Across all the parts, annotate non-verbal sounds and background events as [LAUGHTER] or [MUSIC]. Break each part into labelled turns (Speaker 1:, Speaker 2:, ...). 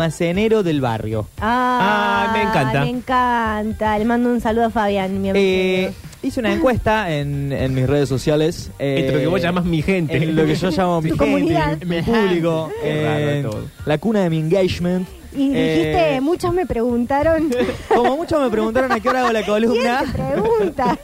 Speaker 1: almacenero del barrio.
Speaker 2: Ah,
Speaker 3: Ah, me encanta.
Speaker 2: Me encanta. Le mando un saludo a Fabián, mi amigo.
Speaker 1: Eh, hice una encuesta en, en mis redes sociales. eh,
Speaker 3: Entre lo que vos llamás mi gente.
Speaker 1: en lo que yo llamo mi
Speaker 2: Tu
Speaker 1: gente,
Speaker 2: comunidad.
Speaker 1: mi público,
Speaker 3: Qué raro
Speaker 1: eh,
Speaker 3: todo.
Speaker 1: la cuna de mi engagement.
Speaker 2: y dijiste,
Speaker 1: eh,
Speaker 2: muchos me
Speaker 1: [LAUGHS]
Speaker 2: preguntaron.
Speaker 1: Como muchos me preguntaron a qué hora hago la
Speaker 2: ¿Quién
Speaker 1: columna.
Speaker 2: te
Speaker 1: [LAUGHS]
Speaker 2: pregunta?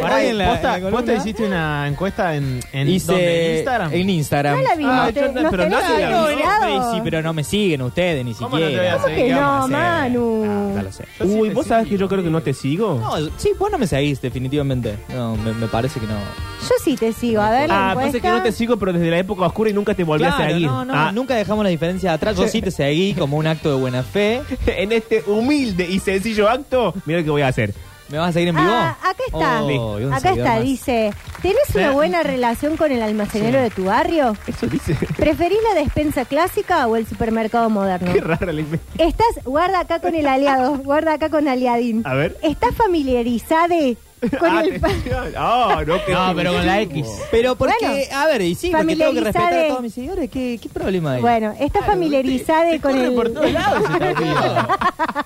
Speaker 1: Pará,
Speaker 4: Ahí
Speaker 1: en la-
Speaker 4: posta-
Speaker 1: en la
Speaker 4: ¿Vos te
Speaker 1: columna.
Speaker 4: hiciste una encuesta en, en,
Speaker 1: Hice
Speaker 4: ¿dónde? ¿En Instagram?
Speaker 1: En Instagram.
Speaker 2: No la vimos.
Speaker 3: Ah,
Speaker 2: te-
Speaker 3: yo no-
Speaker 2: nos
Speaker 3: pero
Speaker 2: tenés
Speaker 3: no te la vi.
Speaker 1: No, en
Speaker 2: olvidado.
Speaker 1: Instagram, sí, pero no me siguen ustedes ni
Speaker 4: ¿Cómo no te voy a
Speaker 1: siquiera.
Speaker 4: seguir?
Speaker 2: que
Speaker 4: ¿Qué vamos a
Speaker 2: no,
Speaker 4: hacer?
Speaker 2: Manu?
Speaker 1: No, ya lo sé.
Speaker 4: Yo sí
Speaker 3: Uy,
Speaker 4: te
Speaker 3: vos sabés
Speaker 4: sigo.
Speaker 3: que yo creo que no te sigo.
Speaker 1: No, sí, vos no me seguís, definitivamente. No, me, me parece que no.
Speaker 2: Yo sí te sigo. A ver, la
Speaker 3: ah, pasa que
Speaker 2: encuesta.
Speaker 3: no te sigo, pero desde la época oscura y nunca te volví a
Speaker 1: Claro,
Speaker 3: seguir.
Speaker 1: no, no,
Speaker 3: Ah,
Speaker 1: nunca dejamos la diferencia atrás. Yo sí te seguí como un acto de buena fe.
Speaker 3: [LAUGHS] En este humilde y sencillo acto, mira lo que voy a hacer.
Speaker 1: ¿Me vas a seguir en vivo?
Speaker 2: Ah, acá está.
Speaker 1: Oh, y un
Speaker 2: acá
Speaker 1: seguidor
Speaker 2: está,
Speaker 1: más. ¿Eh?
Speaker 2: dice. ¿Tenés una
Speaker 3: Sí.
Speaker 2: buena relación con el almacenero
Speaker 1: Sí.
Speaker 2: de tu barrio?
Speaker 3: Eso dice.
Speaker 2: ¿Preferís la despensa clásica o el supermercado moderno?
Speaker 3: Qué rara la inve-
Speaker 2: Estás, guarda acá con el aliado, guarda acá con aliadín.
Speaker 3: A ver.
Speaker 2: ¿Estás familiarizada con
Speaker 3: Ah,
Speaker 2: el... pa-
Speaker 3: atención. Ah, no, que-
Speaker 4: No, pero con la X.
Speaker 1: Pero porque,
Speaker 2: Bueno,
Speaker 1: a ver, y sí, porque tengo que
Speaker 2: familiarizá
Speaker 1: respetar
Speaker 2: de-
Speaker 1: a todos mis seguidores. ¿Qué, qué problema hay?
Speaker 2: Bueno, ¿estás familiarizada
Speaker 4: Te
Speaker 2: con
Speaker 4: corre
Speaker 2: el...
Speaker 4: por todos lados ese partido.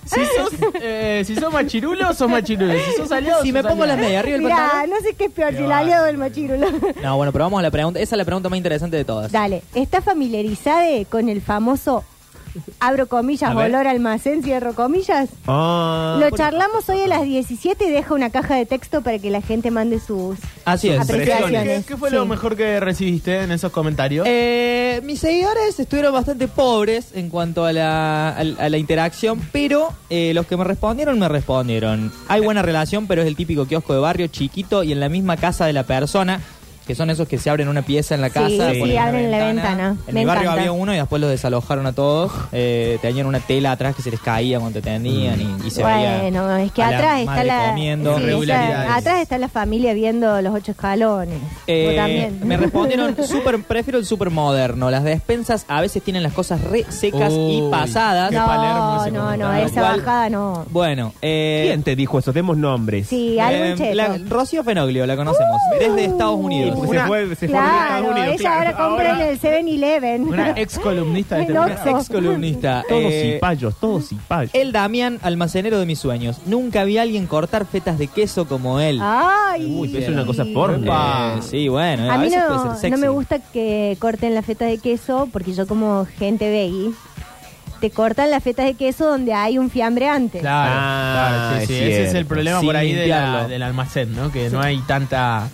Speaker 4: si, sos, eh, si sos machirulo, sos machirulo. Si sos aliado,
Speaker 1: si
Speaker 4: sos
Speaker 1: me pongo las
Speaker 4: aliado.
Speaker 1: medias arriba del
Speaker 2: [LAUGHS] Mirá,
Speaker 1: pantalón.
Speaker 2: no sé qué es peor, si el aliado o el machirulo.
Speaker 1: No, bueno, pero vamos a la pregunta. Esa es la pregunta más interesante de todas.
Speaker 2: [LAUGHS] Dale, ¿estás familiarizada con el famoso, abro comillas,
Speaker 3: A ver.
Speaker 2: olor a almacén, cierro comillas?
Speaker 3: Ah,
Speaker 2: Lo charlamos hoy a las 17 y deja una caja de texto para que la gente mande sus...
Speaker 1: Así es.
Speaker 2: Apreciaciones.
Speaker 4: ¿Qué, qué fue lo
Speaker 2: Sí.
Speaker 4: mejor que recibiste en esos comentarios?
Speaker 1: Eh, mis seguidores estuvieron bastante pobres en cuanto a la, a la- a la interacción, pero eh, los que me respondieron, me respondieron. Hay buena relación, pero es el típico kiosco de barrio chiquito y en la misma casa de la persona, que son esos que se abren una pieza en la
Speaker 2: Sí,
Speaker 1: casa.
Speaker 2: sí,
Speaker 1: ponen una
Speaker 2: abren la ventana.
Speaker 1: En
Speaker 2: Me
Speaker 1: el barrio
Speaker 2: encanta.
Speaker 1: había uno y después los desalojaron a todos. Eh, tenían una tela atrás que se les caía cuando te tendían y, y se veía
Speaker 2: Bueno, es que
Speaker 1: a la
Speaker 2: atrás está
Speaker 1: madre
Speaker 2: la...
Speaker 1: comiendo.
Speaker 2: sí,
Speaker 4: Irregularidades.
Speaker 2: esa- atrás está la familia viendo los ocho escalones.
Speaker 1: Eh,
Speaker 2: Vos también.
Speaker 1: Me
Speaker 2: [LAUGHS]
Speaker 1: respondieron, super, prefiero el súper moderno. Las despensas a veces tienen las cosas re secas y
Speaker 4: Uy,
Speaker 1: pasadas.
Speaker 4: qué Palermo
Speaker 2: No,
Speaker 4: ese
Speaker 2: no, no,
Speaker 4: comentario.
Speaker 2: esa
Speaker 1: Igual-
Speaker 2: bajada no.
Speaker 1: Bueno, eh,
Speaker 3: ¿Quién te dijo eso? Demos nombres.
Speaker 2: Sí, algo
Speaker 1: eh,
Speaker 2: en cheto. Uh,
Speaker 1: la- Rocío Fenoglio, la conocemos, desde Estados
Speaker 3: Sí,
Speaker 1: Unidos.
Speaker 3: porque
Speaker 4: Una-
Speaker 3: se fue, se fue a vivir a Estados
Speaker 2: Claro,
Speaker 3: Unidos,
Speaker 2: ella
Speaker 3: claro.
Speaker 2: ahora compra en el 7-Eleven. [LAUGHS]
Speaker 4: Una ex columnista de
Speaker 2: El
Speaker 4: este programa.
Speaker 2: Oxxo.
Speaker 1: Ex columnista.
Speaker 3: Ah, Todos
Speaker 1: Eh,
Speaker 3: cipayos, todos cipayos.
Speaker 1: el Damián, almacenero de mis sueños. Nunca vi a alguien cortar fetas de queso como él.
Speaker 2: [LAUGHS] Ay.
Speaker 3: Uy, pero es una cosa porno.
Speaker 1: Eh,
Speaker 4: Ah.
Speaker 1: sí, bueno, eh,
Speaker 2: Ah. A
Speaker 1: a
Speaker 2: mí
Speaker 1: veces
Speaker 2: no,
Speaker 1: puede ser sexy.
Speaker 2: no me gusta que corten la feta de queso porque yo como gente veggie te cortan las fetas de queso donde hay un fiambre antes.
Speaker 4: Claro,
Speaker 3: Ah,
Speaker 4: claro, sí,
Speaker 3: es
Speaker 4: sí, Ese es el
Speaker 3: cierto.
Speaker 4: problema
Speaker 1: Sin
Speaker 4: por ahí de la-
Speaker 1: limpiarlo.
Speaker 4: del almacén, ¿no? Que no hay tanta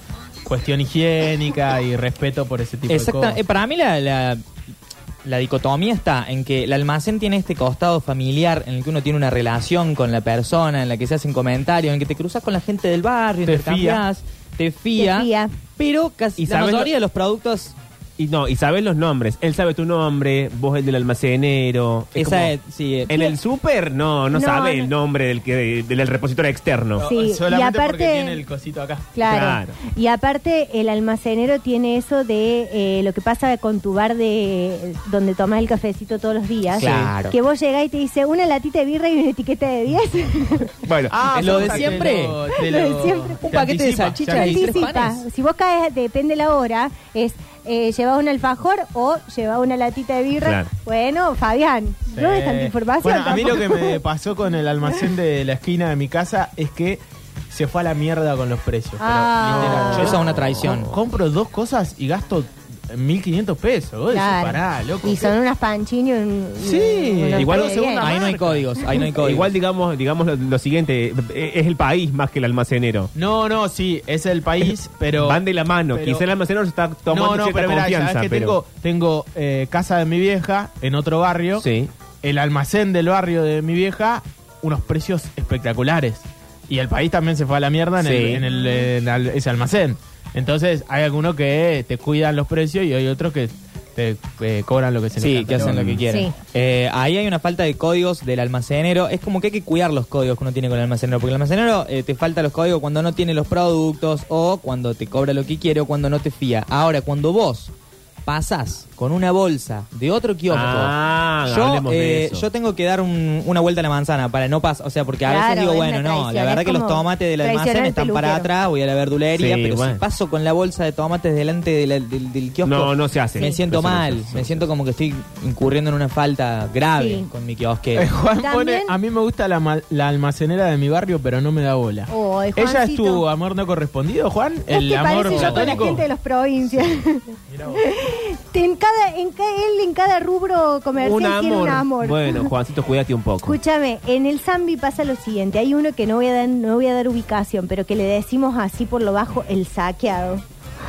Speaker 4: cuestión higiénica y respeto por ese tipo de
Speaker 1: Exacta-
Speaker 4: cosas.
Speaker 1: eh, para mí la, la- la dicotomía está en que el almacén tiene este costado familiar en el que uno tiene una relación con la persona, en la que se hacen comentarios, en que te cruzas con la gente del barrio,
Speaker 3: Te
Speaker 1: intercambiás, te fía,
Speaker 2: Te fía.
Speaker 1: pero casi
Speaker 3: Y
Speaker 1: la
Speaker 3: sabes lo-
Speaker 1: mayoría de los productos
Speaker 3: Y no, y sabes los nombres. Él sabe tu nombre, vos el del almacenero. Es
Speaker 1: esa
Speaker 3: como-
Speaker 1: es- sí, eh,
Speaker 3: En el súper, no, no,
Speaker 2: No,
Speaker 3: sabe
Speaker 2: no.
Speaker 3: el nombre del, que, del repositorio externo.
Speaker 2: Sí,
Speaker 4: Solamente
Speaker 2: y
Speaker 4: porque
Speaker 2: aparte-
Speaker 4: tiene el cosito acá.
Speaker 2: Claro.
Speaker 3: Claro.
Speaker 2: Y aparte el almacenero tiene eso de eh, lo que pasa con tu bar de donde tomas el cafecito todos los días.
Speaker 1: Claro.
Speaker 2: Que vos llegás y te dice una latita de birra y una etiqueta de 10. [LAUGHS]
Speaker 3: Bueno,
Speaker 1: Ah,
Speaker 3: eso-
Speaker 1: lo
Speaker 4: Te
Speaker 1: de siempre.
Speaker 4: lo- te
Speaker 2: Lo de
Speaker 4: lo-
Speaker 2: siempre.
Speaker 4: te
Speaker 1: Un paquete de
Speaker 4: anticipa,
Speaker 1: salchichas
Speaker 4: te
Speaker 1: y
Speaker 4: anticipa.
Speaker 1: tres
Speaker 2: Participa.
Speaker 1: panes.
Speaker 2: Si vos caes, depende la hora, es eh, llevas un alfajor o llevas una latita de birra.
Speaker 3: Claro.
Speaker 2: Bueno, Fabián, no es tanta
Speaker 4: Sí.
Speaker 2: información.
Speaker 4: Eh, Bueno, a mí lo que
Speaker 2: tampoco.
Speaker 4: me pasó con el almacén de la esquina de mi casa es que se fue a la mierda con los precios. pero
Speaker 2: Ah.
Speaker 4: literal,
Speaker 1: Eso es una traición.
Speaker 4: com- compro dos cosas y gasto 1.500 pesos. Vos decís,
Speaker 2: Claro.
Speaker 4: pará, loco.
Speaker 2: Y son unas panchini. un-
Speaker 4: Sí,
Speaker 2: unos
Speaker 3: igual
Speaker 2: panes
Speaker 3: no se
Speaker 2: bien.
Speaker 4: una-
Speaker 1: Ahí no hay
Speaker 4: marca.
Speaker 1: códigos, ahí no
Speaker 3: [LAUGHS]
Speaker 1: hay códigos.
Speaker 3: igual digamos, digamos lo, lo siguiente, eh, es el país más que el almacenero.
Speaker 4: No, no, sí, es
Speaker 3: [LAUGHS]
Speaker 4: el país, pero...
Speaker 3: Van de la mano,
Speaker 4: pero-
Speaker 3: quizá el almacenero está tomando
Speaker 4: no, no,
Speaker 3: cierta
Speaker 4: pero verá,
Speaker 3: confianza.
Speaker 4: sabés que
Speaker 3: pero-
Speaker 4: tengo, tengo eh, casa de mi vieja en otro barrio.
Speaker 3: Sí.
Speaker 4: El almacén del barrio de mi vieja, unos precios espectaculares. Y el país también se fue a la mierda en,
Speaker 3: Sí.
Speaker 4: el- en el- en al- ese almacén. Entonces hay algunos que te cuidan los precios y hay otros que te eh, cobran lo que se les
Speaker 1: Sí,
Speaker 4: canta.
Speaker 1: que hacen
Speaker 4: Pero
Speaker 1: lo que
Speaker 4: bueno.
Speaker 1: quieren.
Speaker 2: Sí.
Speaker 1: Eh, ahí hay una falta de códigos del almacenero. Es como que hay que cuidar los códigos que uno tiene con el almacenero. Porque el almacenero eh, te falta los códigos cuando no tiene los productos o cuando te cobra lo que quiere o cuando no te fía. Ahora, cuando vos pasas con una bolsa de otro kiosco.
Speaker 3: Ah,
Speaker 1: yo,
Speaker 3: hablemos de
Speaker 1: eh,
Speaker 3: eso.
Speaker 1: yo tengo que dar un- una vuelta a la manzana para no pasar. O sea, porque a
Speaker 2: Claro,
Speaker 1: veces digo,
Speaker 2: es
Speaker 1: bueno,
Speaker 2: una
Speaker 1: no, la
Speaker 2: traición,
Speaker 1: verdad
Speaker 2: es
Speaker 1: que los
Speaker 2: como
Speaker 1: tomates del
Speaker 2: traicionar
Speaker 1: almacén
Speaker 2: al
Speaker 1: están para
Speaker 2: peluquero.
Speaker 1: atrás, voy a la verdulería,
Speaker 3: Sí,
Speaker 1: pero si
Speaker 3: bueno.
Speaker 1: paso con la bolsa de tomates delante de la- del, del kiosco.
Speaker 3: No, no se hace.
Speaker 1: Me siento
Speaker 3: Eso no se
Speaker 1: mal,
Speaker 3: hace.
Speaker 1: me siento como que estoy incurriendo en una falta grave
Speaker 2: Sí.
Speaker 1: con mi
Speaker 3: [LAUGHS]
Speaker 1: kiosque.
Speaker 3: Ah,
Speaker 4: Eh, Juan pone,
Speaker 2: También-
Speaker 4: a mí me gusta la, ma- la almacenera de mi barrio, pero no me da bola.
Speaker 2: Ay,
Speaker 4: ¿Ella es
Speaker 2: Oh, Juancito.
Speaker 4: tu amor no correspondido, Juan?
Speaker 2: ¿Vos
Speaker 4: ¿El
Speaker 2: qué
Speaker 4: amor
Speaker 2: parece yo con la
Speaker 4: platónico?
Speaker 2: gente de las provincias? [LAUGHS] en cada, en ca- él en cada rubro comercial tiene un amor.
Speaker 3: Bueno, Juancito, cuídate un poco.
Speaker 2: Escúchame, en el Zambi pasa lo siguiente. Hay uno que no voy, a dar, no voy a dar ubicación, pero que le decimos así por lo bajo, el saqueado.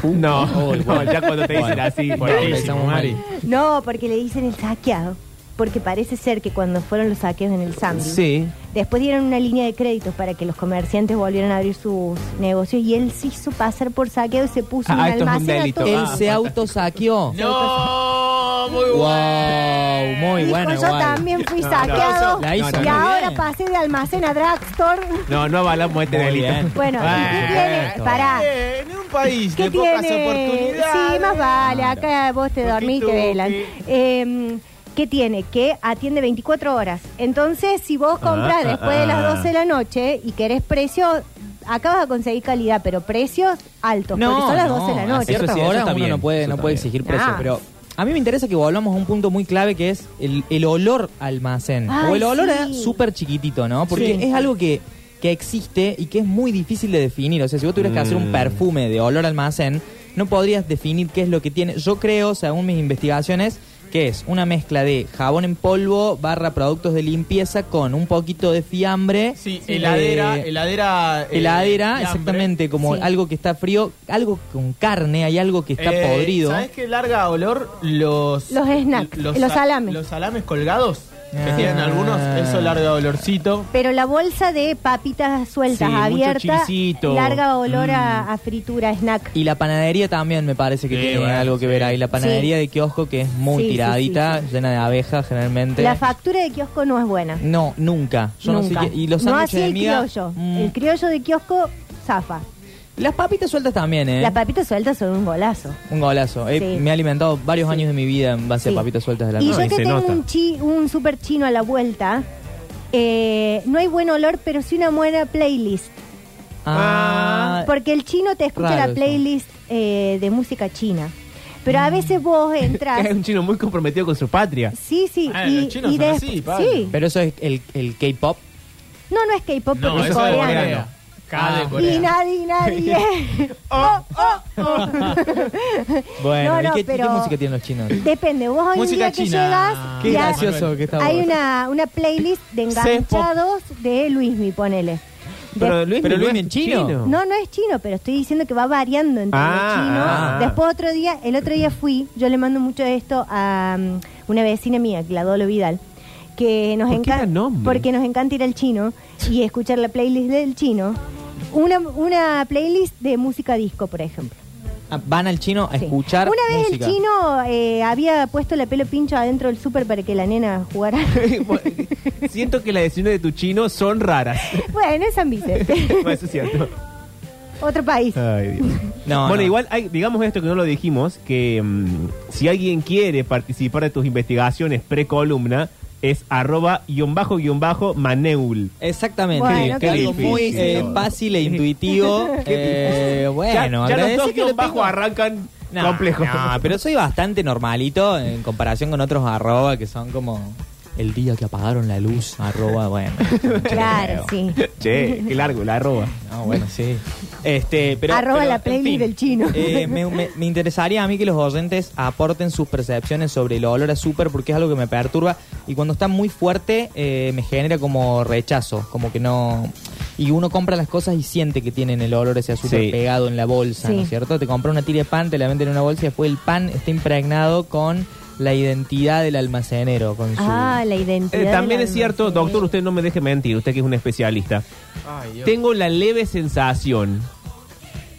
Speaker 3: No, no, ya cuando te dicen
Speaker 1: Bueno,
Speaker 3: así.
Speaker 1: buenísimo,
Speaker 3: no.
Speaker 1: Mari.
Speaker 2: No, porque le dicen el saqueado. Porque parece ser que cuando fueron los saqueos en el Zambi,
Speaker 3: Sí.
Speaker 2: después dieron una línea de créditos para que los comerciantes volvieran a abrir sus negocios y él se hizo pasar por saqueo y se puso
Speaker 3: Ah,
Speaker 2: en un
Speaker 3: esto es un
Speaker 2: almacén a
Speaker 3: delito.
Speaker 2: todo-
Speaker 1: Él
Speaker 3: Ah,
Speaker 1: se
Speaker 2: [LAUGHS]
Speaker 1: autosaqueó.
Speaker 4: No, muy
Speaker 1: Wow, muy
Speaker 2: Dijo,
Speaker 1: bueno.
Speaker 2: yo
Speaker 1: igual.
Speaker 2: también fui
Speaker 3: No, no,
Speaker 2: saqueado
Speaker 1: la hizo
Speaker 2: y
Speaker 1: muy
Speaker 2: ahora
Speaker 1: bien.
Speaker 2: pasé de almacén a drugstore.
Speaker 3: No, no avalamos este
Speaker 1: Muy
Speaker 3: delito.
Speaker 1: bien.
Speaker 2: Bueno, ¿y qué tiene? Pará.
Speaker 4: En un país
Speaker 2: ¿Qué
Speaker 4: de pocas
Speaker 2: tiene?
Speaker 4: oportunidades.
Speaker 2: Sí, más vale,
Speaker 3: Ah,
Speaker 2: acá vos te
Speaker 4: Porque
Speaker 2: dormís y te
Speaker 4: tú,
Speaker 2: velan.
Speaker 4: ¿qué?
Speaker 2: Eh, ¿Qué tiene? Que atiende 24 horas. Entonces, si vos compras
Speaker 3: Ah, ah,
Speaker 2: después de las
Speaker 3: ah.
Speaker 2: 12 de la noche y querés precios, acabas de conseguir calidad, pero precios altos, porque son las 12 de la
Speaker 1: a
Speaker 2: noche.
Speaker 1: ciertas
Speaker 3: Eso sí, eso
Speaker 1: horas
Speaker 3: está
Speaker 1: uno
Speaker 3: bien,
Speaker 1: no puede,
Speaker 3: eso
Speaker 1: no
Speaker 3: está
Speaker 1: puede
Speaker 3: bien. Ah.
Speaker 1: exigir precio,
Speaker 2: Nah.
Speaker 1: pero a mí me interesa que volvamos a un punto muy clave que es el, el olor almacén.
Speaker 2: Ay,
Speaker 1: o el olor
Speaker 2: sí.
Speaker 1: a súper chiquitito, ¿no? Porque
Speaker 2: Sí.
Speaker 1: es algo que, que existe y que es muy difícil de definir. O sea, si vos tuvieras que hacer un
Speaker 3: Mm.
Speaker 1: perfume de olor almacén, no podrías definir qué es lo que tiene. Yo creo, según mis investigaciones, que es una mezcla de jabón en polvo barra productos de limpieza con un poquito de fiambre.
Speaker 4: Sí,
Speaker 1: eh,
Speaker 4: heladera, heladera. eh,
Speaker 1: heladera,
Speaker 4: de hambre.
Speaker 1: exactamente, como
Speaker 2: Sí.
Speaker 1: algo que está frío, algo con carne, hay algo que está
Speaker 4: Eh,
Speaker 1: podrido.
Speaker 4: ¿Sabes qué larga olor? Los.
Speaker 2: Los snacks, los
Speaker 4: sa-
Speaker 2: salames.
Speaker 4: Los salames colgados. Que
Speaker 1: Ah.
Speaker 4: tienen algunos, eso larga olorcito.
Speaker 2: Pero la bolsa de papitas sueltas
Speaker 3: Sí, mucho Mm.
Speaker 2: abierta,
Speaker 3: chilcito.
Speaker 2: larga olor a, a fritura, snack.
Speaker 1: Y la panadería también me parece que
Speaker 4: Sí,
Speaker 1: tiene
Speaker 4: bueno,
Speaker 1: algo que
Speaker 4: sí.
Speaker 1: ver ahí. La panadería de kiosco que es muy
Speaker 2: Sí, sí,
Speaker 1: tiradita,
Speaker 2: sí, sí.
Speaker 1: llena de abejas generalmente.
Speaker 2: La factura de kiosco no es buena.
Speaker 1: no, nunca. Yo no
Speaker 2: Nunca.
Speaker 1: sé qué- Y los
Speaker 2: no
Speaker 1: sándwiches
Speaker 2: así
Speaker 1: de
Speaker 2: el
Speaker 1: miga.
Speaker 2: criollo.
Speaker 1: mm,
Speaker 2: El criollo de kiosco zafa.
Speaker 1: las papitas sueltas también, ¿eh?
Speaker 2: Las papitas sueltas son un golazo.
Speaker 1: Un golazo. Eh,
Speaker 2: Sí.
Speaker 1: Me ha alimentado varios años de mi vida en base
Speaker 2: Sí.
Speaker 1: a papitas sueltas de la
Speaker 2: Y
Speaker 1: noche.
Speaker 2: yo
Speaker 3: y
Speaker 2: que
Speaker 3: se
Speaker 2: tengo
Speaker 3: nota.
Speaker 2: un, chi- un super chino a la vuelta, eh, no hay buen olor, pero sí una buena playlist.
Speaker 1: Ah,
Speaker 2: Porque el chino te escucha
Speaker 1: raro
Speaker 2: la
Speaker 1: eso. Mm.
Speaker 2: playlist eh, de música china. Pero a veces
Speaker 1: [LAUGHS]
Speaker 2: vos entras.
Speaker 3: Es un chino muy comprometido con su patria.
Speaker 2: sí, sí.
Speaker 4: Ah,
Speaker 2: y,
Speaker 4: los chinos
Speaker 2: y
Speaker 4: son
Speaker 2: de-
Speaker 4: así, Pablo.
Speaker 2: sí.
Speaker 1: pero eso es el, el K-pop.
Speaker 2: No, no es K-pop
Speaker 4: No,
Speaker 2: porque es
Speaker 4: eso es
Speaker 2: coreano.
Speaker 4: coreano. Cada
Speaker 1: Ah.
Speaker 4: de
Speaker 2: Y
Speaker 4: Corea.
Speaker 2: nadie, nadie.
Speaker 4: [LAUGHS]
Speaker 2: [LAUGHS] Oh, oh, oh.
Speaker 1: Bueno,
Speaker 2: No,
Speaker 1: ¿y
Speaker 2: no,
Speaker 1: qué, qué
Speaker 2: pero-
Speaker 1: música tienen los chinos?
Speaker 2: Depende, vos hoy en
Speaker 4: Música
Speaker 2: día que
Speaker 4: china.
Speaker 2: llegas,
Speaker 1: Qué
Speaker 2: ya-
Speaker 1: gracioso que está
Speaker 2: Hay
Speaker 1: vos.
Speaker 2: una, una playlist de enganchados de Luismi, ponele. De-
Speaker 3: Luis,
Speaker 1: Pero
Speaker 3: mi
Speaker 1: Luis
Speaker 3: no es
Speaker 1: en chino.
Speaker 2: no, no es chino, pero estoy diciendo que va variando entre
Speaker 3: Ah,
Speaker 2: los chinos.
Speaker 3: ah.
Speaker 2: Después otro día, el otro día fui, yo le mando mucho esto a um, una vecina mía, Gladolo Vidal, que nos
Speaker 3: ¿Por qué
Speaker 2: encanta
Speaker 3: da nombre?
Speaker 2: porque nos encanta ir al chino y escuchar la playlist del chino. Una, una playlist de música disco, por ejemplo.
Speaker 1: Ah, Van al chino a
Speaker 2: Sí.
Speaker 1: escuchar
Speaker 2: Una vez
Speaker 1: música.
Speaker 2: el chino eh, había puesto la pelo pincho adentro del súper para que la nena
Speaker 1: [LAUGHS]
Speaker 2: jugara.
Speaker 3: Siento que las decisiones de tu chino
Speaker 2: [LAUGHS]
Speaker 3: son raras.
Speaker 2: bueno, es San Vicente.
Speaker 3: Bueno, Eso es cierto.
Speaker 2: Otro país.
Speaker 1: Ah,
Speaker 3: Ay, Dios.
Speaker 1: No,
Speaker 3: bueno,
Speaker 1: no.
Speaker 3: igual hay- digamos esto que no lo dijimos, que mm, si alguien quiere participar de tus investigaciones pre-columna, es arroba guión bajo guión bajo maneul.
Speaker 1: Exactamente,
Speaker 2: Bueno,
Speaker 1: que
Speaker 2: qué
Speaker 1: algo muy
Speaker 3: difícil.
Speaker 1: eh, fácil
Speaker 3: [LAUGHS]
Speaker 1: e intuitivo. Eh, bueno,
Speaker 3: ya, ya los
Speaker 1: agradecí
Speaker 3: dos
Speaker 1: que
Speaker 3: guión
Speaker 1: lo
Speaker 3: bajo
Speaker 1: tengo-
Speaker 3: arrancan
Speaker 1: No,
Speaker 3: complejo.
Speaker 1: no, pero soy bastante normalito en comparación con otros arroba que son como el día que apagaron la luz, arroba, bueno.
Speaker 2: [LAUGHS] Claro, sí.
Speaker 3: Che, qué largo la arroba.
Speaker 1: No, bueno, sí. Este, pero,
Speaker 2: Arroba
Speaker 1: pero,
Speaker 2: la
Speaker 1: en
Speaker 2: playlist del chino.
Speaker 1: eh, me, me- me interesaría a mí que los oyentes aporten sus percepciones sobre el olor a súper porque es algo que me perturba y cuando está muy fuerte eh, me genera como rechazo, como que no... Y uno compra las cosas y siente que tienen el olor ese a súper
Speaker 3: Sí.
Speaker 1: pegado en la bolsa, ¿no
Speaker 2: Sí.
Speaker 1: es cierto? Te compra una tira de pan, te la venden en una bolsa y después el pan está impregnado con la identidad del almacenero, con su...
Speaker 2: Ah, la
Speaker 3: Eh,
Speaker 2: identidad.
Speaker 3: también
Speaker 2: del
Speaker 3: es cierto,
Speaker 2: almacén.
Speaker 3: doctor, usted no me deje mentir, usted que es un especialista.
Speaker 4: Ay, Dios.
Speaker 3: Tengo la leve sensación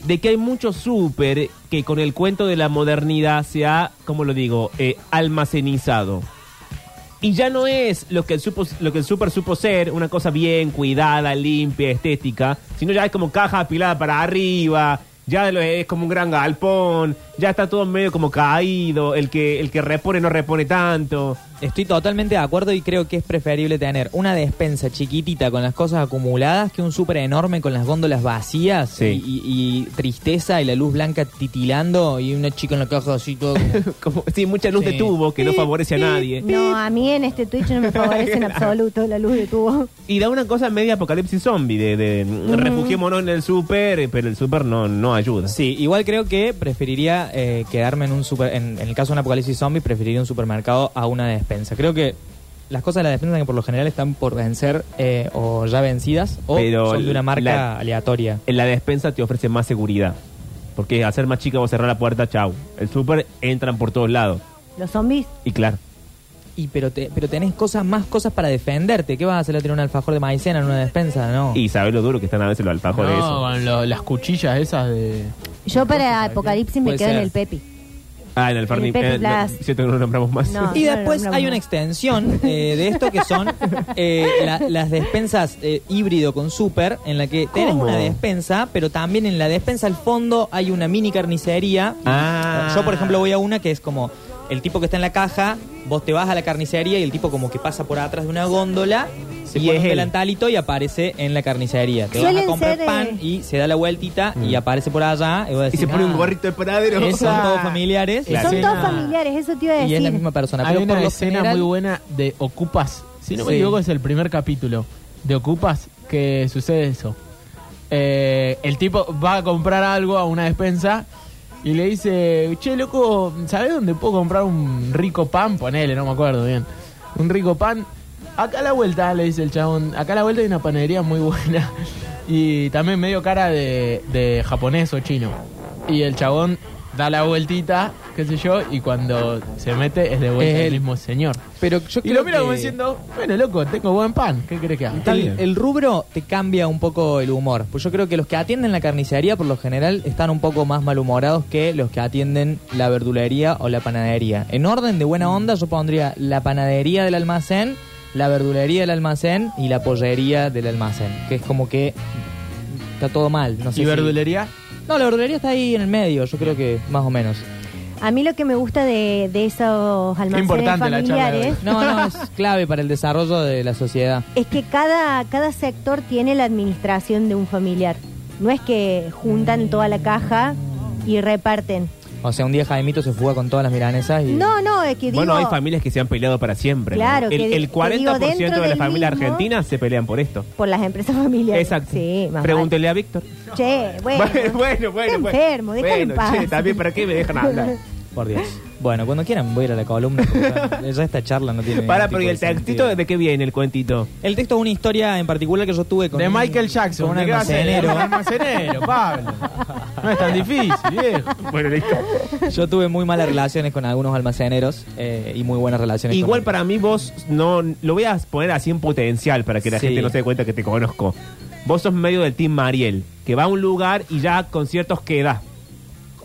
Speaker 3: de que hay mucho súper que con el cuento de la modernidad se ha, como lo digo, eh, almacenizado. Y ya no es lo que, el supo- lo que el súper supo ser, una cosa bien cuidada, limpia, estética, sino ya es como caja apilada para arriba, ya lo es como un gran galpón, ya está todo medio como caído, el que, el que repone no repone tanto.
Speaker 1: Estoy totalmente de acuerdo y creo que es preferible tener una despensa chiquitita con las cosas acumuladas que un súper enorme con las góndolas vacías
Speaker 3: Sí.
Speaker 1: y, y- y tristeza y la luz blanca titilando y una chica en la caja así todo. como-
Speaker 3: [LAUGHS] Como, sí, mucha luz
Speaker 1: Sí.
Speaker 3: de tubo que no favorece a nadie.
Speaker 2: No, a mí en este Twitch no me favorece
Speaker 1: [LAUGHS]
Speaker 2: en absoluto la luz de tubo.
Speaker 3: Y da una cosa media apocalipsis zombie, de, de,
Speaker 2: Mm.
Speaker 3: refugiémonos en el súper, pero el súper no, no ayuda.
Speaker 1: Sí, igual creo que preferiría eh, quedarme en un super. En, en el caso de un apocalipsis zombie, preferiría un supermercado a una despensa. Creo que las cosas de la despensa que por lo general están por vencer eh, o ya vencidas o
Speaker 3: Pero
Speaker 1: son de una marca
Speaker 3: la-
Speaker 1: aleatoria.
Speaker 3: En la despensa te ofrece más seguridad. Porque al ser más chica vos cerrar la puerta, chau. El súper entran por todos lados.
Speaker 2: Los zombies.
Speaker 3: Y claro,
Speaker 1: Y pero te, pero tenés cosas más cosas para defenderte. ¿Qué vas a hacer a tener un alfajor de maicena en una despensa? No.
Speaker 3: y sabés lo duro que están a veces los alfajores
Speaker 4: No,
Speaker 3: esos.
Speaker 4: con lo- las cuchillas esas de...
Speaker 2: Yo para Apocalipsis me
Speaker 1: Puede
Speaker 2: quedo en
Speaker 1: ser.
Speaker 2: el Pepi.
Speaker 3: Ah, en el
Speaker 2: el
Speaker 3: Ferni.
Speaker 2: Pepe
Speaker 3: eh, no,
Speaker 2: Blas.
Speaker 3: siento que no lo nombramos más.
Speaker 2: No.
Speaker 1: Y después
Speaker 2: no, no,
Speaker 1: hay
Speaker 2: no.
Speaker 1: una extensión eh, de esto que son eh, la- las despensas eh, híbrido con súper, en la que tenés
Speaker 3: ¿Cómo?
Speaker 1: una despensa, pero también en la despensa al fondo hay una mini carnicería.
Speaker 3: [LAUGHS] Ah.
Speaker 1: Yo, por ejemplo, voy a una que es como el tipo que está en la caja, vos te vas a la carnicería y el tipo como que pasa por atrás de una góndola.
Speaker 3: Sí,
Speaker 1: y pone
Speaker 3: es
Speaker 1: un
Speaker 3: él.
Speaker 1: delantalito y aparece en la carnicería. Te vas a
Speaker 2: Suelen
Speaker 1: comprar
Speaker 2: ser, eh,
Speaker 1: pan y se da la vueltita y aparece por allá. Y, vos
Speaker 3: Y
Speaker 1: decís,
Speaker 3: se pone un
Speaker 1: "Ah,
Speaker 3: gorrito de paradero.
Speaker 1: esos Son
Speaker 2: [LAUGHS]
Speaker 1: todos familiares.
Speaker 4: La
Speaker 2: Son
Speaker 4: escena-
Speaker 2: todos familiares, eso te iba a
Speaker 1: Y es la
Speaker 2: decir.
Speaker 1: misma persona.
Speaker 4: Hay
Speaker 1: pero
Speaker 4: una
Speaker 1: por lo
Speaker 4: escena
Speaker 1: general-
Speaker 4: muy buena de Ocupas. Si no me
Speaker 1: Sí.
Speaker 4: equivoco, es el primer capítulo de Ocupas que sucede eso. Eh, el tipo va a comprar algo a una despensa y le dice, che, loco, ¿sabés dónde puedo comprar un rico pan? Ponele, no me acuerdo bien. Un rico pan. Acá a la vuelta, le dice el chabón, acá a la vuelta hay una panadería muy buena. [LAUGHS] Y también medio cara de, de japonés o chino. Y el chabón da la vueltita, qué sé yo, y cuando se mete es de vuelta
Speaker 1: Es
Speaker 4: el
Speaker 1: él.
Speaker 4: mismo señor.
Speaker 1: Pero Eh, yo
Speaker 4: Y
Speaker 1: creo
Speaker 4: lo mira como
Speaker 1: que
Speaker 4: diciendo, bueno, loco, tengo buen pan, ¿qué crees que haga?
Speaker 3: Está bien.
Speaker 1: El, el rubro te cambia un poco el humor. Pues yo creo que los que atienden la carnicería, por lo general, están un poco más malhumorados que los que atienden la verdulería o la panadería. En orden de buena onda, yo pondría la panadería del almacén, la verdulería del almacén y la pollería del almacén. Que es como que está todo mal. No sé si-
Speaker 4: ¿Y verdulería?
Speaker 1: No, la verdulería está ahí en el medio, yo creo que más o menos.
Speaker 2: A mí lo que me gusta de, de esos almacenes
Speaker 4: importante la charla de
Speaker 2: familiares
Speaker 1: No, no, es clave para el desarrollo de la sociedad.
Speaker 2: es que cada, cada sector tiene la administración de un familiar. No es que juntan toda la caja y reparten.
Speaker 1: O sea, un día Jaimito se fuga con todas las milanesas y...
Speaker 2: No, no, es que digo...
Speaker 3: Bueno, hay familias que se han peleado para siempre. ¿no?
Speaker 2: Claro,
Speaker 3: El,
Speaker 2: que-
Speaker 3: el
Speaker 2: que
Speaker 3: 40%
Speaker 2: digo, dentro
Speaker 3: de la
Speaker 2: del
Speaker 3: familia
Speaker 2: mismo-
Speaker 3: argentina se pelean por esto.
Speaker 2: Por las empresas [LAUGHS] familiares.
Speaker 3: Exacto.
Speaker 2: Sí, más
Speaker 3: Pregúntele a Víctor.
Speaker 2: vale. Che, bueno.
Speaker 3: [LAUGHS] bueno, bueno.
Speaker 2: Está enfermo, déjalo en
Speaker 3: Bueno,
Speaker 2: paz.
Speaker 3: che, también, ¿para qué me
Speaker 2: [LAUGHS]
Speaker 3: dejan hablar?
Speaker 1: Por Dios. [LAUGHS] Bueno, cuando quieran voy a ir a la columna. porque ya- ya esta charla no tiene.
Speaker 3: Para,
Speaker 1: ningún tipo
Speaker 3: porque el
Speaker 1: de
Speaker 3: textito,
Speaker 1: sentido.
Speaker 3: ¿de qué viene el cuentito?
Speaker 1: El texto es una historia en particular que yo tuve con.
Speaker 4: De
Speaker 1: un-
Speaker 4: Michael Jackson,
Speaker 1: Con un
Speaker 4: ¿de qué va a ser?
Speaker 1: almacenero.
Speaker 4: [LAUGHS] Un almacenero, Pablo. No es tan difícil, viejo.
Speaker 3: Bueno, listo.
Speaker 1: Yo tuve muy malas relaciones con algunos almaceneros eh, y muy buenas relaciones
Speaker 3: Igual
Speaker 1: con.
Speaker 3: para mí vos no lo voy a poner así en potencial para que la
Speaker 1: Sí.
Speaker 3: gente no se dé cuenta que te conozco. Vos sos medio del team Mariel, que va a un lugar y ya con ciertos queda.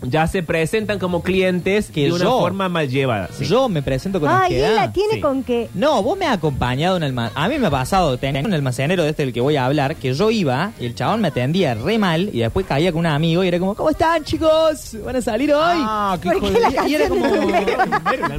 Speaker 3: Ya se presentan como clientes
Speaker 1: Que
Speaker 3: de una
Speaker 1: yo-
Speaker 3: forma mal llevada.
Speaker 2: [LAUGHS]
Speaker 3: sí.
Speaker 1: Yo me presento con
Speaker 2: Ay,
Speaker 1: ansiedad.
Speaker 2: él la tiene
Speaker 3: Sí.
Speaker 2: con que...
Speaker 1: No, vos me has acompañado en el A mí me ha pasado, tenía un almacenero de este del que voy a hablar, que yo iba, y el chabón me atendía re mal, y después caía con un amigo y era como, ¿cómo están chicos? ¿Van a salir hoy?
Speaker 4: Ah, qué
Speaker 2: ¿Por
Speaker 4: hijo
Speaker 2: qué
Speaker 4: de-
Speaker 2: la
Speaker 1: y era
Speaker 2: canción
Speaker 1: como-
Speaker 2: de tu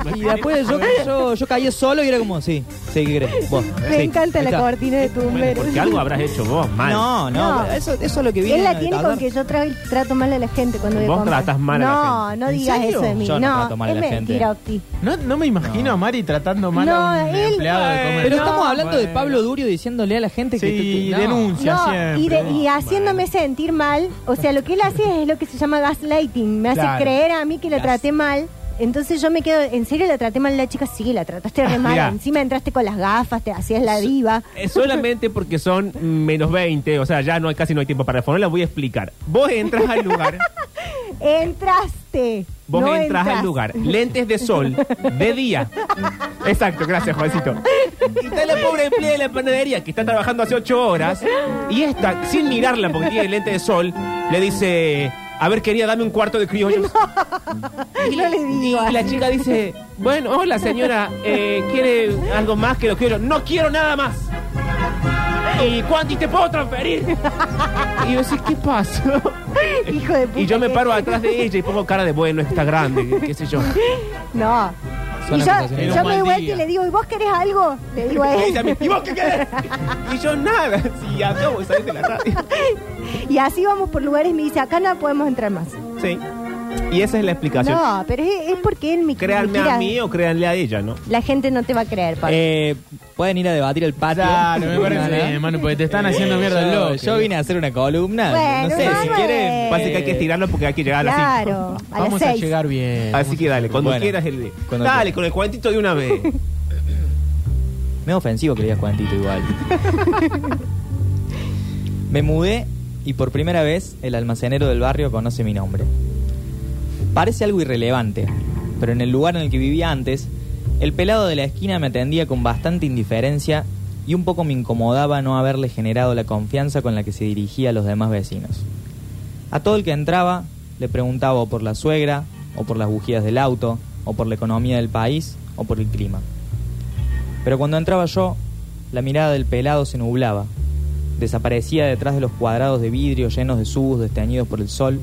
Speaker 2: viejo?
Speaker 1: Y después yo, yo, yo caí solo y era como, sí, sí, ¿qué querés? Vos,
Speaker 2: Me
Speaker 1: sí,
Speaker 2: encanta
Speaker 1: ahí
Speaker 2: la
Speaker 1: está.
Speaker 2: cortina de
Speaker 3: Bueno,
Speaker 2: tumbero.
Speaker 3: porque algo habrás hecho vos mal.
Speaker 1: No, no,
Speaker 2: No.
Speaker 1: Eso, eso es lo [LAUGHS] que viene.
Speaker 2: Él la
Speaker 1: a
Speaker 2: tiene
Speaker 1: tardar.
Speaker 2: con que yo tra- trato mal a la gente cuando voy a
Speaker 3: Vos
Speaker 2: comprar.
Speaker 3: tratás mal
Speaker 2: no,
Speaker 3: a la gente.
Speaker 2: No,
Speaker 1: ¿En
Speaker 2: digas
Speaker 1: serio?
Speaker 2: eso de mí.
Speaker 1: Yo no trato mal a
Speaker 2: es
Speaker 1: la gente.
Speaker 2: mentira, Octi.
Speaker 4: No, no me imagino a Mari tratando mal a
Speaker 2: No,
Speaker 4: un
Speaker 2: él-
Speaker 4: empleado de comer.
Speaker 1: Pero
Speaker 2: No,
Speaker 1: estamos hablando de
Speaker 4: bueno.
Speaker 1: Pablo Durio diciéndole a la gente que.
Speaker 4: Sí,
Speaker 1: no.
Speaker 4: denuncia
Speaker 2: No,
Speaker 4: siempre.
Speaker 2: y, de- y haciéndome sentir mal. O sea, lo que él hace es lo que se llama gaslighting. Me hace
Speaker 4: Claro.
Speaker 2: creer a mí que la
Speaker 1: Gas.
Speaker 2: traté mal. Entonces yo me quedo, ¿en serio la traté mal la chica? Sí, la trataste re mal.
Speaker 3: Ah, Mirá.
Speaker 2: Encima entraste con las gafas, te hacías la diva.
Speaker 3: Eh, Solamente porque son menos 20, o sea, ya no hay, casi no hay tiempo para la la voy a explicar. Vos entras al lugar,
Speaker 2: Entraste.
Speaker 3: vos
Speaker 2: no
Speaker 3: entras,
Speaker 2: [LAUGHS]
Speaker 3: al lugar, lentes de sol, de día. Exacto, gracias, Juancito. Y está la pobre empleada de la panadería que está trabajando hace 8 horas y esta, sin mirarla porque tiene lente de sol, le dice, a ver, quería dame un cuarto de criollos.
Speaker 2: Y [LAUGHS] no le digo.
Speaker 3: Y la chica dice, bueno, hola señora, eh, ¿quiere algo más que lo quiero? No quiero nada más. ¿Y cuánto te puedo transferir? Y yo decía, ¿qué pasó?
Speaker 2: Hijo de puta.
Speaker 3: Y yo me
Speaker 2: que-
Speaker 3: paro atrás de ella y pongo cara de bueno, está grande, qué
Speaker 2: [LAUGHS]
Speaker 3: sé yo.
Speaker 2: No.
Speaker 1: Son
Speaker 2: y
Speaker 1: las
Speaker 2: yo,
Speaker 1: sensaciones.
Speaker 2: yo me
Speaker 4: Era un mal
Speaker 2: doy vuelta
Speaker 4: día.
Speaker 2: y le digo, ¿y vos querés algo? Le digo
Speaker 3: [LAUGHS]
Speaker 2: a
Speaker 3: Y ella
Speaker 2: él.
Speaker 3: me- ¿Y vos qué querés? Y yo nada, si acabo de salir de la radio.
Speaker 2: Y así vamos por lugares y me dice, acá no podemos entrar más.
Speaker 3: Sí. Y esa es la explicación.
Speaker 2: No, pero es, es porque él me
Speaker 3: Créanme
Speaker 2: me
Speaker 3: a
Speaker 2: tira-
Speaker 3: mí o créanle a ella, ¿no? Eh,
Speaker 2: La gente no te va a creer, Pablo.
Speaker 1: Eh, pueden ir a debatir el patio.
Speaker 4: Claro, me parece,
Speaker 1: Nada. Eh,
Speaker 4: hermano, porque te están haciendo mierda el
Speaker 1: yo,
Speaker 4: loco.
Speaker 1: yo vine a hacer una columna.
Speaker 2: Bueno,
Speaker 1: no sé, si
Speaker 2: Manuel.
Speaker 1: quieren.
Speaker 3: Pasa que hay que estirarlo porque hay que llegar a las cinco.
Speaker 2: claro, a las
Speaker 4: Vamos a
Speaker 2: seis.
Speaker 4: llegar bien.
Speaker 3: Así que dale, cuando
Speaker 1: Bueno.
Speaker 3: quieras el...
Speaker 1: Cuando
Speaker 3: dale,
Speaker 1: quieras.
Speaker 3: con el cuentito de una vez.
Speaker 1: Me da ofensivo que le digas cuantito igual. Me mudé y por primera vez el almacenero del barrio conoce mi nombre. Parece algo irrelevante, pero en el lugar en el que vivía antes, el pelado de la esquina me atendía con bastante indiferencia y un poco me incomodaba no haberle generado la confianza con la que se dirigía a los demás vecinos. A todo el que entraba le preguntaba o por la suegra, o por las bujías del auto, o por la economía del país, o por el clima. Pero cuando entraba yo, la mirada del pelado se nublaba. Desaparecía detrás de los cuadrados de vidrio llenos de subos desteñidos por el sol,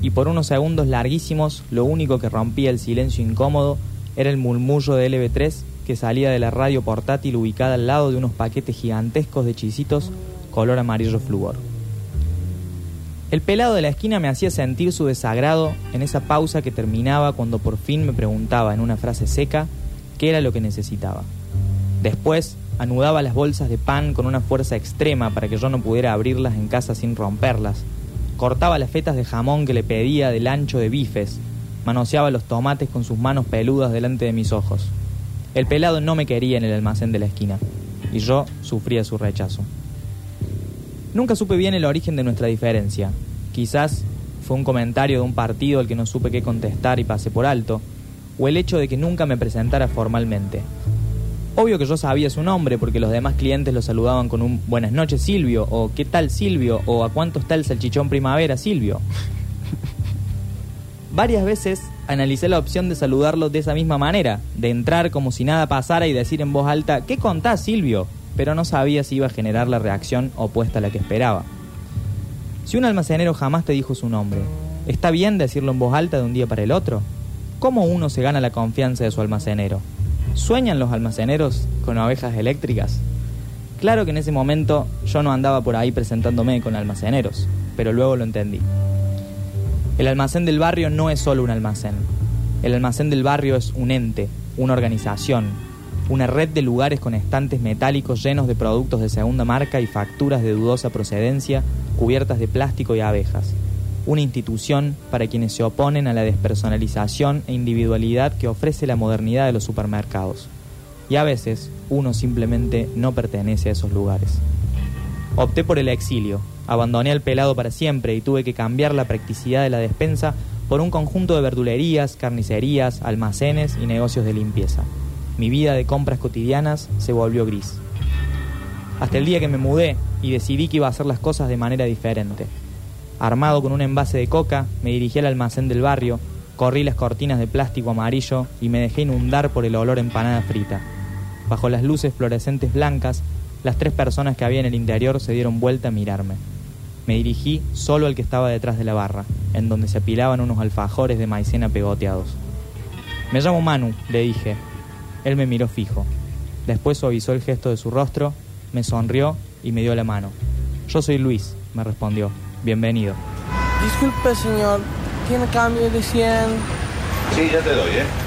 Speaker 1: y por unos segundos larguísimos lo único que rompía el silencio incómodo era el murmullo de LB3 que salía de la radio portátil ubicada al lado de unos paquetes gigantescos de chisitos color amarillo flúor. El pelado de la esquina me hacía sentir su desagrado en esa pausa que terminaba cuando por fin me preguntaba en una frase seca qué era lo que necesitaba. Después anudaba las bolsas de pan con una fuerza extrema para que yo no pudiera abrirlas en casa sin romperlas. Cortaba las fetas de jamón que le pedía del ancho de bifes. Manoseaba los tomates con sus manos peludas delante de mis ojos. El pelado no me quería en el almacén de la esquina y yo sufría su rechazo. Nunca supe bien el origen de nuestra diferencia. Quizás fue un comentario de un partido al que no supe qué contestar y pasé por alto, o el hecho de que nunca me presentara formalmente. Obvio que yo sabía su nombre porque los demás clientes lo saludaban con un buenas noches Silvio, o qué tal Silvio, o a cuánto está el salchichón primavera Silvio. Varias veces analicé la opción de saludarlo de esa misma manera, de entrar como si nada pasara y decir en voz alta, ¿qué contás Silvio? Pero no sabía si iba a generar la reacción opuesta a la que esperaba. Si un almacenero jamás te dijo su nombre, ¿está bien decirlo en voz alta de un día para el otro? ¿Cómo uno se gana la confianza de su almacenero? ¿Sueñan los almaceneros con ovejas eléctricas? Claro que en ese momento yo no andaba por ahí presentándome con almaceneros, pero luego lo entendí. El almacén del barrio no es solo un almacén. El almacén del barrio es un ente, una organización, una red de lugares con estantes metálicos llenos de productos de segunda marca y facturas de dudosa procedencia cubiertas de plástico y abejas. Una institución para quienes se oponen a la despersonalización e individualidad que ofrece la modernidad de los supermercados. Y a veces uno simplemente no pertenece a esos lugares. Opté por el exilio. Abandoné al pelado para siempre y tuve que cambiar la practicidad de la despensa por un conjunto de verdulerías, carnicerías, almacenes y negocios de limpieza. Mi vida de compras cotidianas se volvió gris. Hasta el día que me mudé y decidí que iba a hacer las cosas de manera diferente. Armado con un envase de coca, me dirigí al almacén del barrio, corrí las cortinas de plástico amarillo y me dejé inundar por el olor a empanada frita. Bajo las luces fluorescentes blancas, las tres personas que había en el interior se dieron vuelta a mirarme. Me dirigí solo al que estaba detrás de la barra, en donde se apilaban unos alfajores de maicena pegoteados. Me llamo Manu, le dije. Él me miró fijo. Después suavizó el gesto de su rostro, me sonrió y me dio la mano. Yo soy Luis, me respondió. Bienvenido.
Speaker 5: Disculpe, señor, ¿tiene cambio de 100?
Speaker 6: Sí, ya te doy, ¿eh?